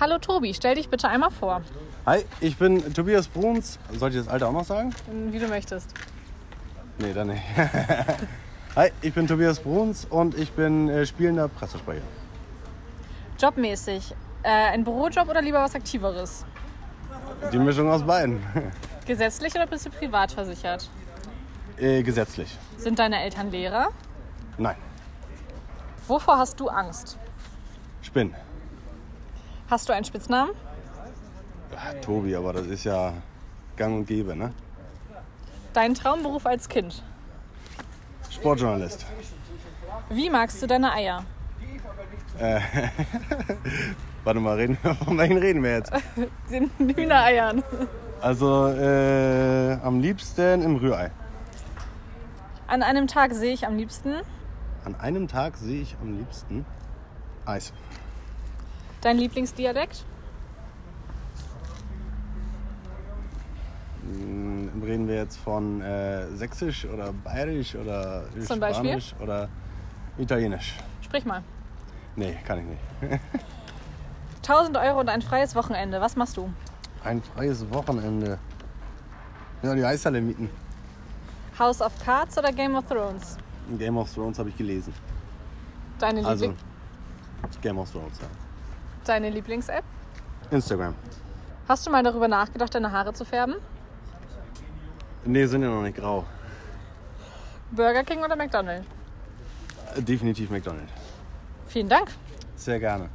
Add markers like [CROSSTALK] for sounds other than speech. Hallo Tobi, stell dich bitte einmal vor, Hi, ich bin Tobias Bruns. Sollte ich das Alter auch noch sagen? Ähm, wie du möchtest. Nee, dann nicht. [LAUGHS] Hi, ich bin Tobias Bruns und ich bin äh, spielender Pressesprecher. Jobmäßig, äh, ein Bürojob oder lieber was Aktiveres? Die Mischung aus beiden. [LAUGHS] Gesetzlich oder bist du privat versichert? äh, gesetzlich. Sind deine Eltern Lehrer? Nein, Wovor hast du Angst? Spinn. Hast du einen Spitznamen? Ah, Tobi, aber das ist ja gang und gäbe, ne? Deinen Traumberuf als Kind? Sportjournalist. Wie magst du deine Eier? Warte mal, reden wir, [LAUGHS] von welchen reden wir jetzt? Den Hühnereiern. Also, äh, am liebsten im Rührei. An einem Tag sehe ich am liebsten An einem Tag sehe ich am liebsten Eis. dein Lieblingsdialekt? Mm, Reden wir jetzt von äh, Sächsisch oder Bayerisch oder Zum Beispiel? Spanisch oder Italienisch? Sprich mal. Nee, kann ich nicht. 1000 Euro und ein freies Wochenende. Was machst du? Ein freies Wochenende. Ja, die Eishalle mieten. House of Cards oder Game of Thrones? Game of Thrones habe ich gelesen. Mhm. Deine, Also, Liebling Game of Thrones, ja. deine Lieblings-App? Instagram. Hast du mal darüber nachgedacht, deine Haare zu färben? Nee, sind ja noch nicht grau. Burger King oder McDonald's? Äh, Definitiv McDonald's. Vielen Dank. Sehr gerne.